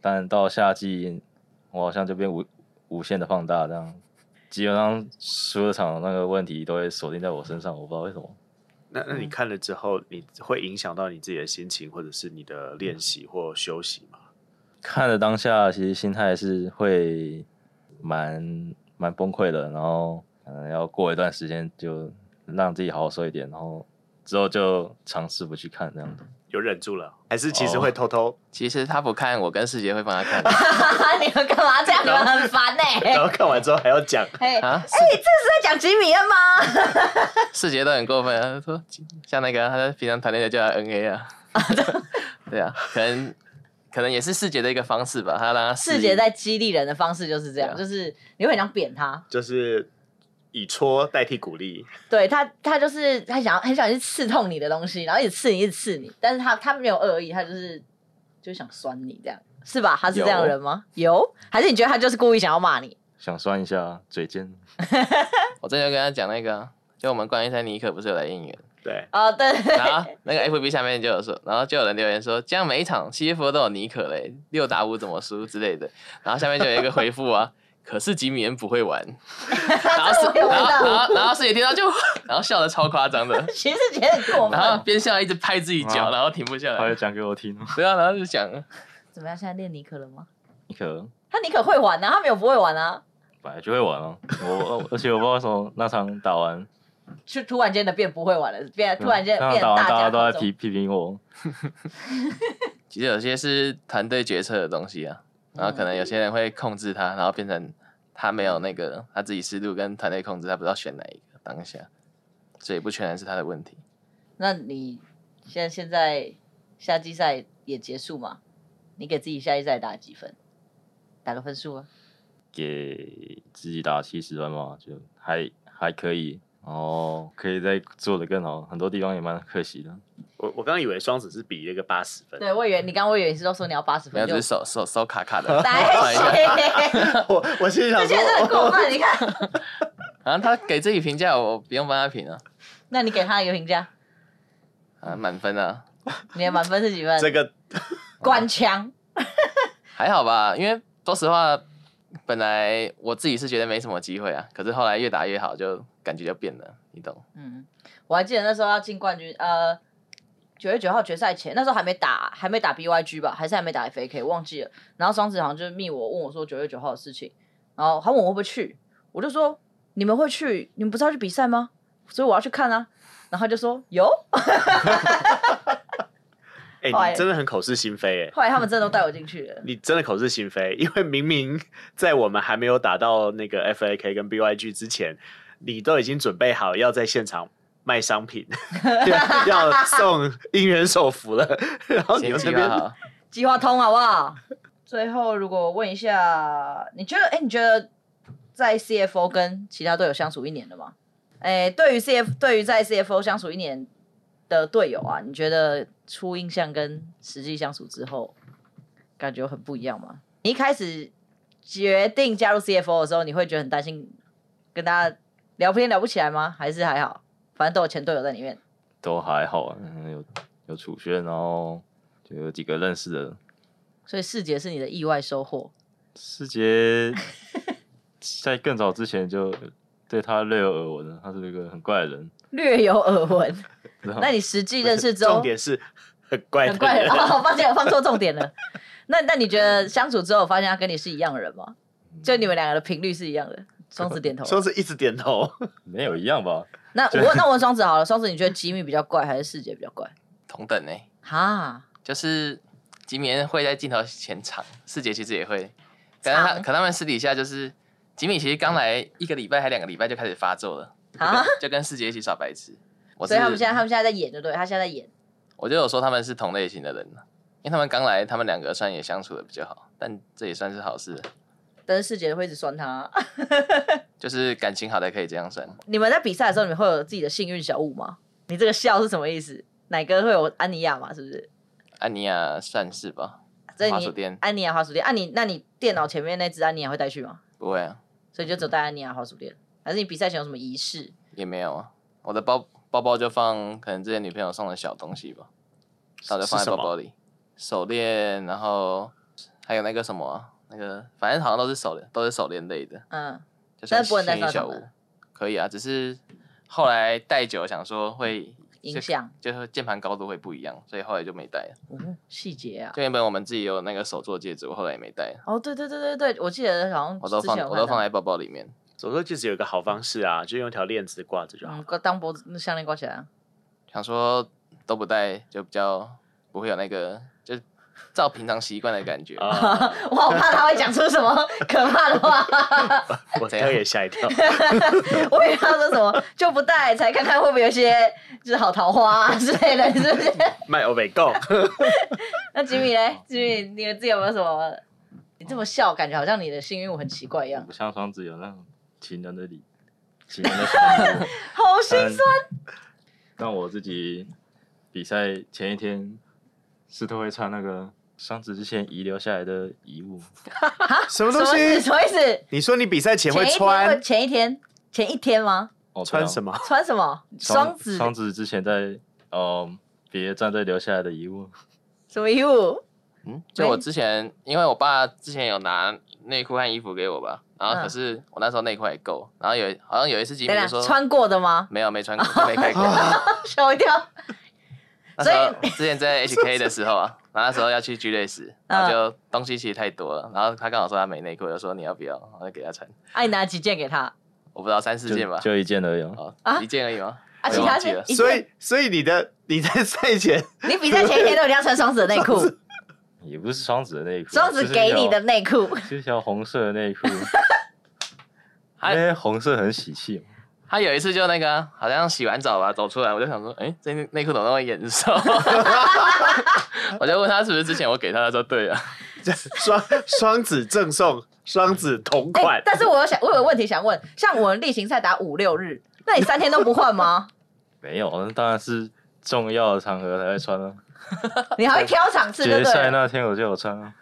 但到夏季我好像就变无无限的放大，这样基本上输的场那个问题都会锁定在我身上，我不知道为什么。
那那你看了之后，你会影响到你自己的心情，或者是你的练习或休息吗？
看了当下，其实心态是会蛮蛮崩溃的，然后可能要过一段时间就让自己好好睡一点，然后之后就尝试不去看这样子。
有忍住了，还是其实
哦
会偷偷，
其实他不看，我跟世杰会帮 他看
你们干嘛这样？你们很烦呢、
然后看完之后还要讲，
嘿，
啊。
是在讲吉米恩吗？
世杰都很过分啊，他说像那个啊他在平常谈恋爱叫他 N A 啊，对啊，可能可能也是世杰的一个方式吧，他让他适
世
应
杰在激励人的方式就是这样，
对啊
就是你会很想扁他，
就是以戳代替鼓励，
对他，他就是他想要很想去刺痛你的东西，然后一直刺你，一直刺你，但是他他没有恶意，他就是就想酸你这样，是吧？他是这样的人吗？有还是你觉得他就是故意想要骂你？
想酸一下嘴尖，
我之前就跟他讲那个啊，就我们关于在尼克不是有来应援，
对，
哦，对，
然后那个 FB 下面就有说，然后就有人留言说，这样每一场 CF 都有尼克嘞，六打五怎么输之类的，然后下面就有一个回复啊。 可是吉米恩不会 玩，然后
他
是
真的会
然后然
到，
后然后世杰听到就， 然后笑的超夸张的，
其实觉得很过
然后
分。
边笑一直拍自己脚，
啊
哇
然后停不下
他
来
就，讲给我听哦。
对啊，然后就讲，
怎么样？现在练尼克了吗？
你可
他尼克会玩啊，他没有不会玩啊，
本来就会玩哦，我我而且我不知道为什么那场打完，
就突然间的变不会玩了，变 突然间
那
变
场打
大
完嗯大
家
家都在
口中
批批评我，
其实有些是团队决策的东西啊，然后可能有些人会控制他，然后变成他没有那个他自己思路跟团队控制，他不知道选哪一个当下，所以不全然是他的问题。
那你现在现在夏季赛也结束嘛？你给自己夏季赛打几分？打个分数啊！
给自己打七十分嘛，就还还可以，然后可以再做的更好，很多地方也蛮可惜的。
我我刚刚以为双子是比那个八十分，
对，我以为你刚刚我以为你是都说你要八十
没有，
分
只
就是
手手手卡卡的。
来
一下，
行，
我我心里想
这确实很
说，
过分。你看，
然后他给自己评价，我不用帮他评啊，
那你给他一个评价，
啊满分啊，
你的满分是几分？
哦这个
官腔，
还好吧，因为说实话，本来我自己是觉得没什么机会啊，可是后来越打越好，就感觉就变了，你懂。
嗯，我还记得那时候要进冠军，呃，九月九号决赛前，那时候还没打，还没打 BYG 吧，还是还没打 FAK，忘记了。然后双子好像就是密我，问我说九月九号的事情，然后他问我会不会去，我就说你们会去，你们不是要去比赛吗？所以我要去看啊。然后他就说有，
哎、
后来
你真的很口是心非哎、
后来他们真的都带我进去了。
你真的口是心非，因为明明在我们还没有打到那个 FAK 跟 BYG 之前，你都已经准备好要在现场卖商品， 要要送应援手幅了，然后哦你
先
又
计划
那边
好，
计划通好不好？最后，如果问一下，你觉得，哎、你觉得在 CFO 跟其他队友相处一年了吗？哎、对于 CF，对于在 CFO 相处一年的队友啊，你觉得初印象跟实际相处之后，感觉有很不一样吗？你一开始决定加入 CFO 的时候，你会觉得很担心跟大家聊天聊不起来吗？还是还好，反正都有前队友在里面。
都还好，嗯、有有楚轩，然后就有几个认识的。
所以世杰是你的意外收获，
师姐在更早之前就对他略有耳闻了，他是一个很怪的人。
略有耳闻。
然后
那你实际认识之后，
重点是很怪的
很 怪
人
人哦，抱歉，我放错重点了。那那你觉得相处之后，发现他跟你是一样的人吗？就你们两个的频率是一样的？双子点头。
双子一直点头，
没有一样吧？
那我问那我问双子好了，双子你觉得吉米比较怪还是世杰比较怪？
同等欸呢、
哈，
就是吉米恩会在镜头前场，世杰其实也会，可能他
长
可能他们私底下就是吉米，其实刚来一个礼拜还两个礼拜就开始发作了，
啊，
就跟师姐一起耍白痴。我是
所以他们现在他们现在在演，对不对？他现在在演，
我就有说他们是同类型的人了，因为他们刚来，他们两个算也相处的比较好，但这也算是好事，
但是世姐会一直酸他。
就是感情好的可以这样算。
你们在比赛的时候，你们会有自己的幸运小物吗？你这个笑是什么意思？奶哥会有安妮亚嘛？是不是？
安妮亚算是吧，
所以
滑鼠
你
垫
安妮亚滑鼠垫，啊你那你电脑前面那只安妮亚会带去吗？
不会啊，
所以就只有带安妮亚滑鼠垫，还是你比赛前有什么仪式？
也没有啊。我的包包包就放可能之前女朋友送的小东西吧，然后就是放在
什
包
么
包里，手链，然后还有那个什么啊、那个反正好像都是手链，都是手链类的。
嗯，
就
但
算
是不能带
幸运
上
小
场
物
的，
可以啊，只是后来戴久了想说会
影响
就是键盘高度会不一样，所以后来就没戴了。
哦，细节啊。
就原本我们自己有那个手做戒指，我后来也没戴，
哦，对对对对对，我记得好像
我都
之
放
前有
我
看
都
到
放在包包里面。
左手戒指有一个好方式啊，就用一条链子挂着就好
嗯，。挂当脖子项链挂起来啊。
想说都不戴就比较不会有那个就是照平常习惯的感觉。
啊，
我好怕他会讲出什么可怕的话，
我
怎样
哥也吓一跳。
我以为他说什么就不带，才看看会不会有一些就是好桃花、啊、之类的， 是不是？
卖欧美购，
那吉米
哦
嘞，吉米，你自己有没有什么？你这么笑，感觉好像你的幸运物很奇怪一样，
不像双子有那种情人的礼，情人 的小礼物。
好心
嗯
酸。
但嗯我自己比赛前一天是都会穿那个双子之前遗留下来的遗物，
什么
什
东
么意思？
西
什？么意思？
你说你比赛前会
前一天会
穿
前一天前一天吗？
哦，
穿什
么？
么？
穿什么？双子
双子之前在呃别的战队留下来的遗物，
什么衣物？
嗯，就我之前，因为我爸之前有拿内裤和衣服给我吧，然后
嗯
可是我那时候内裤还够，然后有好像有一次吉米
对
就
啦，
说
穿过的吗？
没有没穿过，就没开过。
吓我一跳。
那时候之前在 HK 的时候啊，然后那时候要去居类室，然
嗯
后就东西其实太多了，然后他刚好说他没内裤，我就说你要不要，我就给他穿，
哎，你拿几件给他
我不知道三四件吧
就，就一件而已哦。
哦
啊
一件而已吗？
啊？
我
其
也
他
忘记
件
了，
一件
所以，所以你的你在赛前
你比赛前一天都一定要穿双子的内裤，
也不是双子的内裤，
双子给你的内裤。
是一条是一条红色的内裤，因
还
为红色很喜气嘛。
他有一次就那个啊好像洗完澡吧，走出来，我就想说，哎、这内裤怎么那么眼熟？我就问他是不是之前我给他，他说对啊，
双双子赠送双子同
哎、
款，
但是我有想，我有问题想问，像我们例行赛打五六日，那你三天都不换吗？
没有，那当然是重要的场合才会穿啊。
你还会挑场次，对
决
不对
赛
了？
那天我就有穿啊。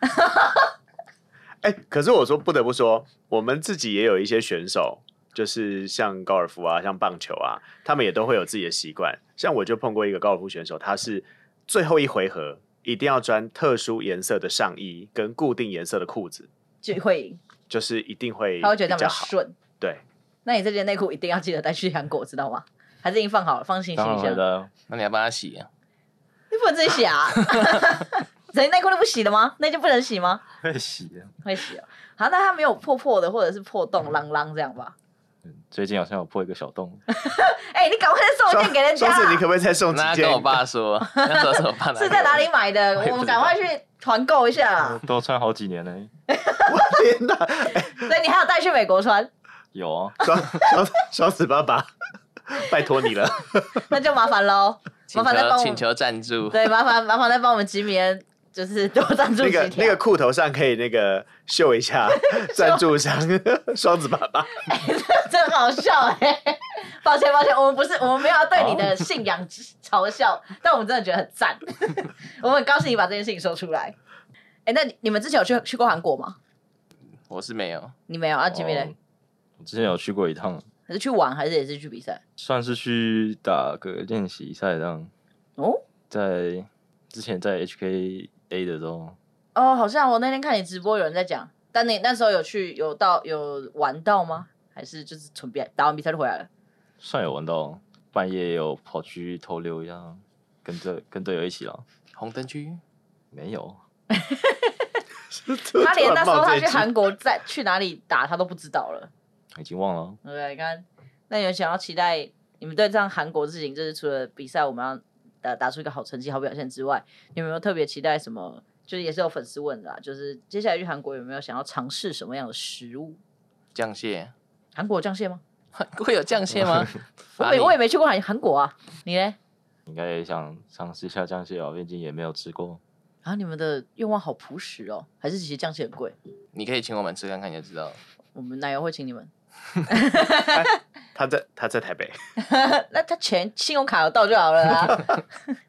哎、可是我说不得不说，我们自己也有一些选手，就是像高尔夫啊、像棒球啊，他们也都会有自己的习惯。像我就碰过一个高尔夫选手，他是最后一回合一定要穿特殊颜色的上衣跟固定颜色的裤子，
就会赢，
就是一定会
他会觉得这样比
比
较
较好。
顺。
对，
那你这件内裤一定要记得带去韩国，知道吗？还是已经放好了，放行李
当然
箱
回。答，
那你要帮他洗、啊，
你不能自己洗啊？人内裤都不洗的吗？那就不能洗吗？
会洗啊。
会洗啊。好，那它没有破破的，或者是破洞、啷啷这样吧？
最近好像有破一个小 洞，
哎、你赶快送一件给人家
双
啊。
子，你可不可以再送几
那他
件
跟？我爸说，那时候是我爸拿
是在哪
给
里买的？
我也不知道
我们赶
嗯
快去团购一下啊。
都穿好几年了。
我天哪！
所以你还有带去美国穿，
有啊，
双双双子爸爸，拜托你 了。
那就麻烦喽。麻
我？请
烦再帮
求
我
请求赞助，
对，麻烦麻烦再帮我们吉米恩，就是多赞助
那
几条。
个那个裤头上可以那个秀 一下赞助商 双子爸爸。
真好笑哎、抱歉抱歉，我们不是我们没有要对你的信仰嘲笑，但我们真的觉得很赞， 我们很高兴你把这件事情说出来。哎、那你你们之前有去去过韩国吗？
我是没有，
你没有啊，吉米
哦
嘞？
我之前有去过一趟，
还是去玩，还是也是去比赛？
算是去打个练习赛这样。
哦
在之前在 HKA 的时候，
哦，好像我那天看你直播有人在讲，但你那时候有去有到有玩到吗？还是就是纯比打完比赛就回 来了？
算有玩到，半夜有跑去偷溜一下，跟着跟队友一起了。
红灯区
没有，
他连那时候他去
突然冒这一句
韩国在去哪里打他都不知道了。
已经忘了。
对不对，你看，那你们想要期待你们对这样韩国事情，就是除了比赛我们要打打出一个好成绩、好表现之外，你们有没有特别期待什么就是也是有粉丝问的、啊，就是接下来去韩国有没有想要尝试什么样的食物？
酱蟹
韩国有酱蟹吗？
会有酱蟹吗？
我
哪
没
里
我也没去过韩韩国啊，你呢？
应该也想尝试一下酱蟹吧，毕竟也没有吃过。
啊，你们的愿望好朴实哦，还是其实酱蟹很贵？
你可以请我们吃看看，你就知道了。
我们奶油会请你们。
他在他在台北，
那他钱信用卡有到就好了 啦。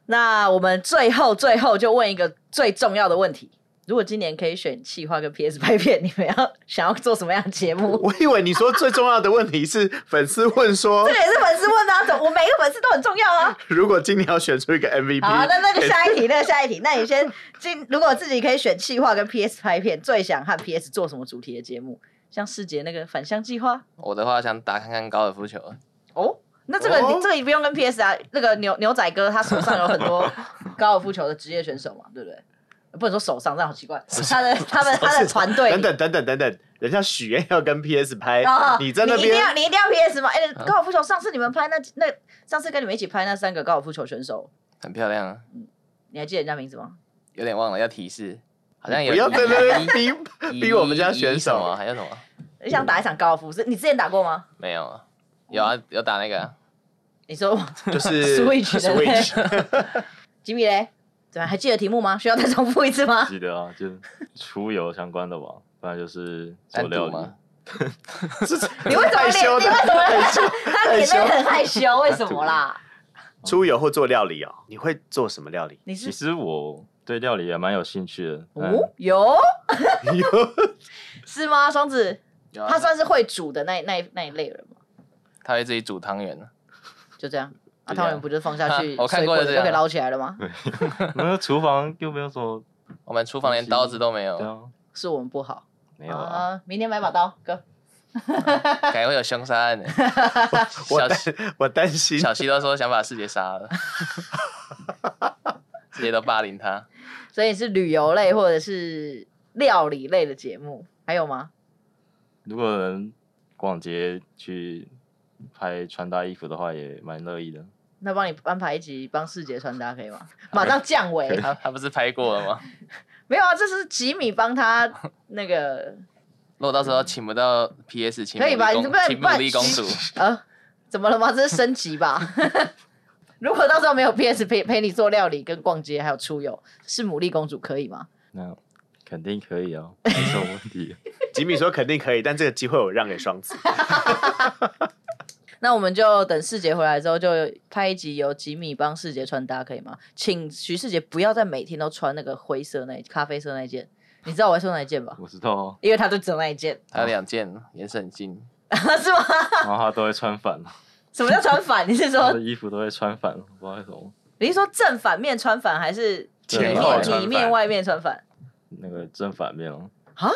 那我们最后最后就问一个最重要的问题：如果今年可以选企划跟 PS 拍片，你们要想要做什么样的节目？
我以为你说最重要的问题是粉丝问说
这，个也是粉丝问的、啊，怎么我每一个粉丝都很重要啊。
如果今年要选出一个
好啊，
MVP，
那那个下一题，那个下一题，那你先今如果自己可以选企划跟 PS 拍片，最想和 PS 做什么主题的节目？像世杰那个返乡计划
我的话想打看看高尔夫球，
哦。那这个、
哦
你这个也不用跟 PS 啊，那个牛牛仔哥他手上有很 多高尔夫球的职业选手嘛，对不对？不能说手上，这样好奇怪。他的他们他的团队
等
里
等等等等等，人家许愿要跟 PS 拍
哦，
你在那
你一定要
边
你一定要 PS 嘛？哎、
嗯
高尔夫球上次你们拍那那上次跟你们一起拍那三个高尔夫球选手，
很漂亮，啊，
你还记得人家名字吗？
有点忘了要提示，好像有
不要在那边
一
逼
一
逼我们家选
一什
手
么还有什么？
你想打一场高尔夫，是你之前打过吗？
没有啊，有啊，有打那个啊
你说我
就 是
Switch 的
Switch，
吉米嘞，怎么还记得题目吗？需要再重复一次 吗？
记得啊，就出游相关的吧，不然就是做
单
料
独
理。
吗？
你为什么
害
脸？
羞
你
的
为什么
害羞
他脸都很害羞？为什么啦？
出游或做料理哦，你会做什么料理？
你
其
是
实我对料理也蛮有兴趣的，但
哦，有
有
是吗？双子，
有啊
他算是会煮的那那那一类人吗？
他会自己煮汤圆啊，
就这样。啊，
对啊
汤圆不就放下去，
啊我看过
水果
了这
都
样
给捞起来了吗？
那厨房又没有什么，
我们厨房连刀子都没有
对，啊，
是我们不好
没有啊，
啊！明天买把刀，哥。
感觉会有凶杀案呢。
我
小
担我担心
小西都说想把世杰杀了， 世杰都霸凌他。
所以是旅游类或者是料理类的节目，还有吗？
如果能逛街去拍穿搭衣服的话，也蛮乐意的。
那帮你安排一集帮世杰穿搭可以吗？马上降维。
他他不是拍过了吗？
没有啊，这是吉米帮他那个
如果到时候请不到 PS，请
可以吧
努
你
力公
不然
请
不然
努力公主，
呃，怎么了吗？这是升级吧？ 如果到时候没有 PS 陪陪你做料理、跟逛街，还有出游，是牡蛎公主可以吗？
那肯定可以啊，没什么问题。
吉米说肯定可以，但这个机会我让给双子。
那我们就等世杰回来之后，就拍一集由吉米帮世杰穿搭，可以吗？请徐世杰不要再每天都穿那个灰色那一咖啡色那一件，你知道我在说哪一件吧？
我知道哦，
因为他就只有那一件，
还有两件也是很近。
是吗？
然后他都会穿反，
什么叫穿反？你是
他
说
的衣服都会穿反，我不知道为什么。
你是说正反面穿反，还是里
前
面
后
里
穿
面
反
外面穿反？
那个正反面哦。
啊？
啊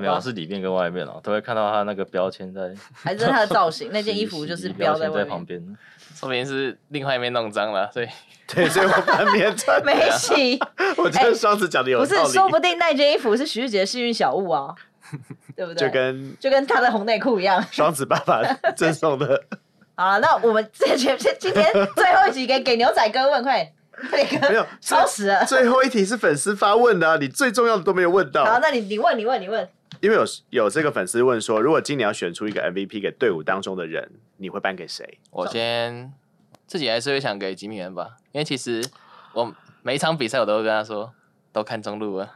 没有
好吧
啊，是里面跟外面哦，都会看到他那个标签在。
还是他的造型，那件衣服就是
洗衣
标在
签
外
在旁
面，
边。
说明是另外一面弄脏了， 所以
对，所以我反面穿。
啊
没洗。
我觉得双子讲的有
不
道
是，说
理，
不定那件衣服是徐世杰的幸运小物 啊，对不对？
就跟
就跟他的红内裤一样。
双子爸爸 赠送的。
好了，那我们这节这今天最后一集给给牛仔哥问，快点，快点
没
哥，
有，
超时 了。
最后一题是粉丝发问的啊、你最重要的都没有问
好，
到。
那你你问你问你问，
因为有有这个粉丝问说，如果今年要选出一个 MVP 给队伍当中的人，你会颁给谁？
我先自己还是会想给吉米人吧，因为其实我每一场比赛我都会跟他说，都看中路啊，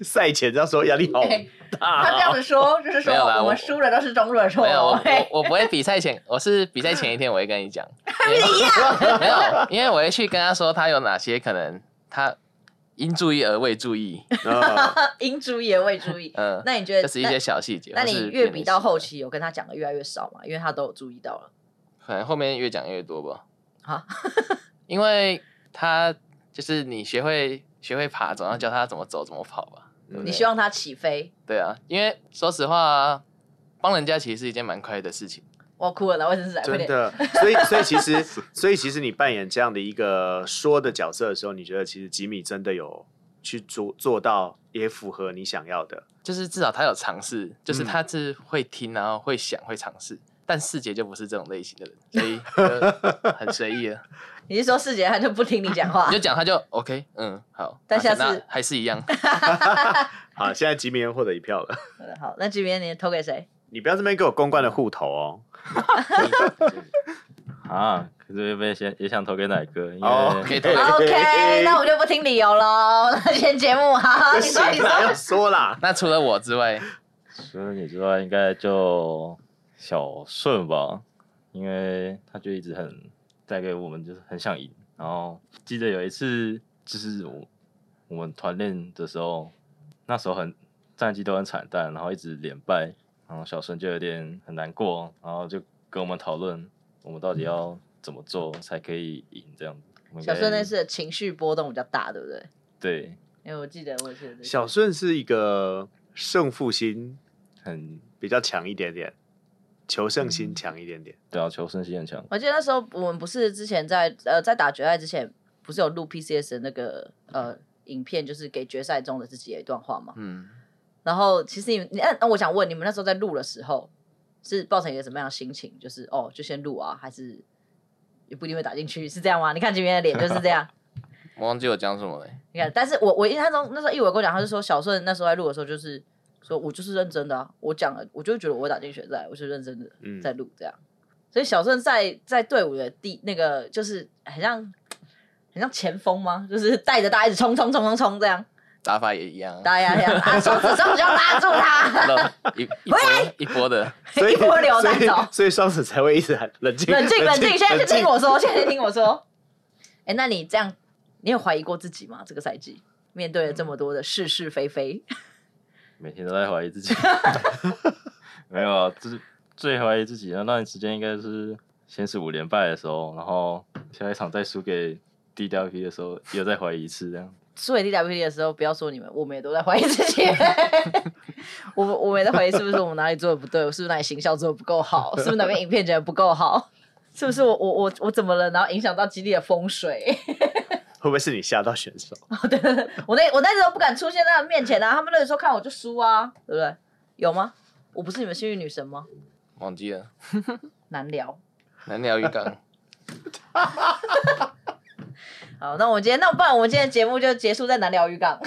赛前这样说压力好
哎他这
大、
样
哦。
子说，就是说
啊没有啦
我们
我
输了都是中路的错
没有我
哦，嘿
我我不会比赛前，我是比赛前一天我会跟 你讲，
一样。
没有，因为我会去跟他说他有哪些可能他因注意而未注意，
嗯
应注意也未注意。
嗯，
那你觉
啊这
得
是一些小细节。
那
或
你
是
越
别的
比到
习
后
惯，
期，有跟他讲的越来越少嘛，因为他都有注意到了。
可能后面越讲越多吧。
啊，
因为他就是你学会学会爬，总要教他怎么走怎么跑吧。对不
嗯
你
对
希望他起飞，
对啊，因为说实话，啊帮人家其实是一件蛮快的事情。
我哭了，拿卫生纸来，快点。
真的，所以所以其实 所以其实你扮演这样的一个说的角色的时候，你觉得其实吉米真的有去做做到，也符合你想要的。
就是至少他有尝试，就是
嗯
他是会听，然后会想，会尝试。但世杰就不是这种类型的人，所以 就很随意了。
你是说世杰他就不听你讲话
你就？讲他就 OK，嗯，好。
但
啊
下次
那还是一样，
好，现在吉米恩获得一票了，
好，那这边你投给谁？
你不要这边给我公关的户头哦。
啊，可是也想也想投给奶哥，因
哦
为
可 以投给
OK，那 我就不听理由喽。那 先节目好，
不
你
行啊
说你
啦，
说
要说啦，
那除了我之外，
除了你之外，应该就小顺吧，因为他就一直很带给我们就是很想赢。然后记得有一次，就是我我们团练的时候，那时候很战绩都很惨淡，然后一直连败，然后小顺就有点很难过，然后就跟我们讨论，我们到底要怎么做才可以赢这样子。我们应
小
该
顺那次的情绪波动比较大，对不对？
对
因为我记得我也是
小顺是一个胜负心
很
比较强一点
嗯
点，求胜心强一点点。
对啊，求胜心很强，
我记得那时候我们不是之前在呃在打决赛之前，不是有录 PCS 的那个呃影片，就是给决赛中的自己的一段话嘛。
嗯，
然后其实你们，那、那我想问你们那时候在录的时候是抱成一个什么样的心情？就是哦，就先录啊，还是也不一定会打进去，是这样吗？你看前面的脸就是这样。
我忘记我讲什么了。
你看，但是我我印象中那时候一伟跟我讲，他是说小顺那时候在录的时候就是说我就是认真的、啊，我讲了，我就觉得我会打进决赛，我是认真的
嗯
在录这样。所以小顺在在队伍的第那个就是很像很像前锋吗？就是带着大家一直冲冲冲冲冲这
哦
样，
打法也一样啊，
大家这样啊，手指中就要拉住 他，
漏一一波一波的，
所 以
一波流带走
所以，所以双子才会一直很 冷静，
冷静冷静，现在是
冷
听我说，现在是听我说。哎、那你这样，你有怀疑过自己吗？这个赛季面对了这么多的是是非非，
每天都在怀疑自己。 没有啊，就是最怀疑自己的那段时间，应该是先是五连败的时候，然后下一场再输给 DWP 的时候，又再怀疑一次这样。
输给 DWP 的时候，不要说你们，我们也都在怀疑自 己。我们我们也在怀疑是不是我们哪里做的不对，是不是哪里行销做的不够 好，是不是哪边影片剪的不够好，是不是我我我我怎么了，然后影响到基地的风水。
会不会是你吓到选手？
我那我那时候不敢出现在他们面前啊，他们那个时候看我就输啊，对不对？有吗？我不是你们幸运女神吗？
忘记了
难聊。
难聊一杠。
好，那我们今天，那不然我们今天的节目就结束在南寮渔 港。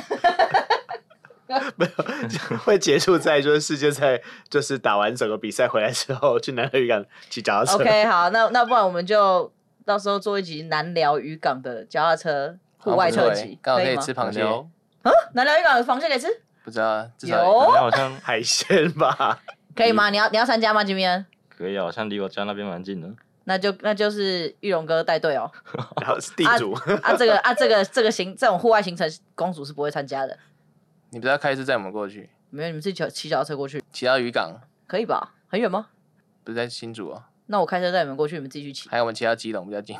会结束在就是世界赛，就是打完整个比赛回来之后，去南海渔港骑脚踏车。
OK，好，那那不然我们就到时候做一集南寮渔港的脚踏车 户外特
啊好不
辑
错，刚好可以
吗？
吃螃蟹，
好
啊，南寮渔港有螃蟹可以吃？
不知道啊至少
有
那好像
海鲜吧，
可以
嗯
吗？你要你要参加吗，金明恩？
可以啊，好像离我家那边蛮近的。
那就那就是玉龙哥带队哦。
然后是地主、
啊，这个啊，这个这个行这种户外行程，公主是不会参加的。
你不知道开车载我们过去，
没有，你们自己骑骑脚踏车过去
骑到渔港，
可以吧？很远吗？
不是在新竹哦，
那我开车带你们过去，你们自己去 骑。
还有我们骑到基隆比较近。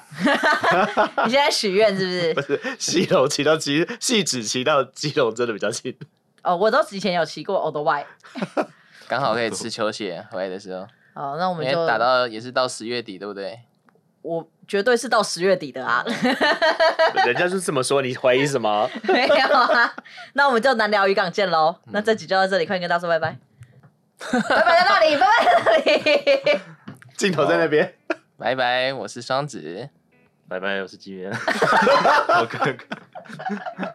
你现在许愿是不
不
是？
是西龙骑到基，细指骑到基隆真的比较近。
哦，我都以前有骑过 o l d Y。
刚好可以吃球鞋，回来的时候，
好，哦那我们
因为
就
打到也是到十月底，对不对？
我绝对是到十月底的啊，
嗯
人家就这么说，你怀疑什么？
没有啊。那我们就南寮渔港见喽。
嗯
那这集就到这里，快点跟大家说拜拜。拜拜在那里，拜拜在那里。
镜头在那边。
拜拜，我是双子。
拜拜，我是纪元。 好哥
哦
哥。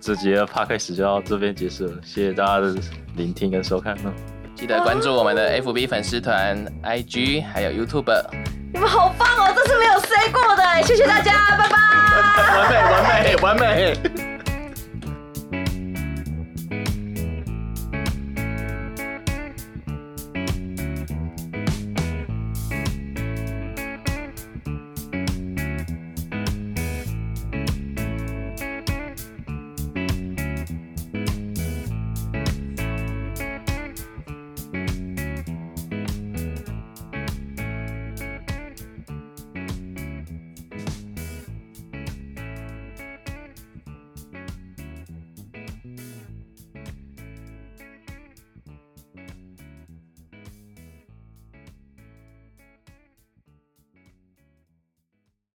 这集的 p a d c a s 就到这边结束了，谢谢大家的聆听跟收看哦呢。
记得关注我们
哦
的 FB 粉丝团、IG 还有 YouTube。
你们好棒哦，这是没有 say 过的，谢谢大家，拜拜。
完美，完美，完美。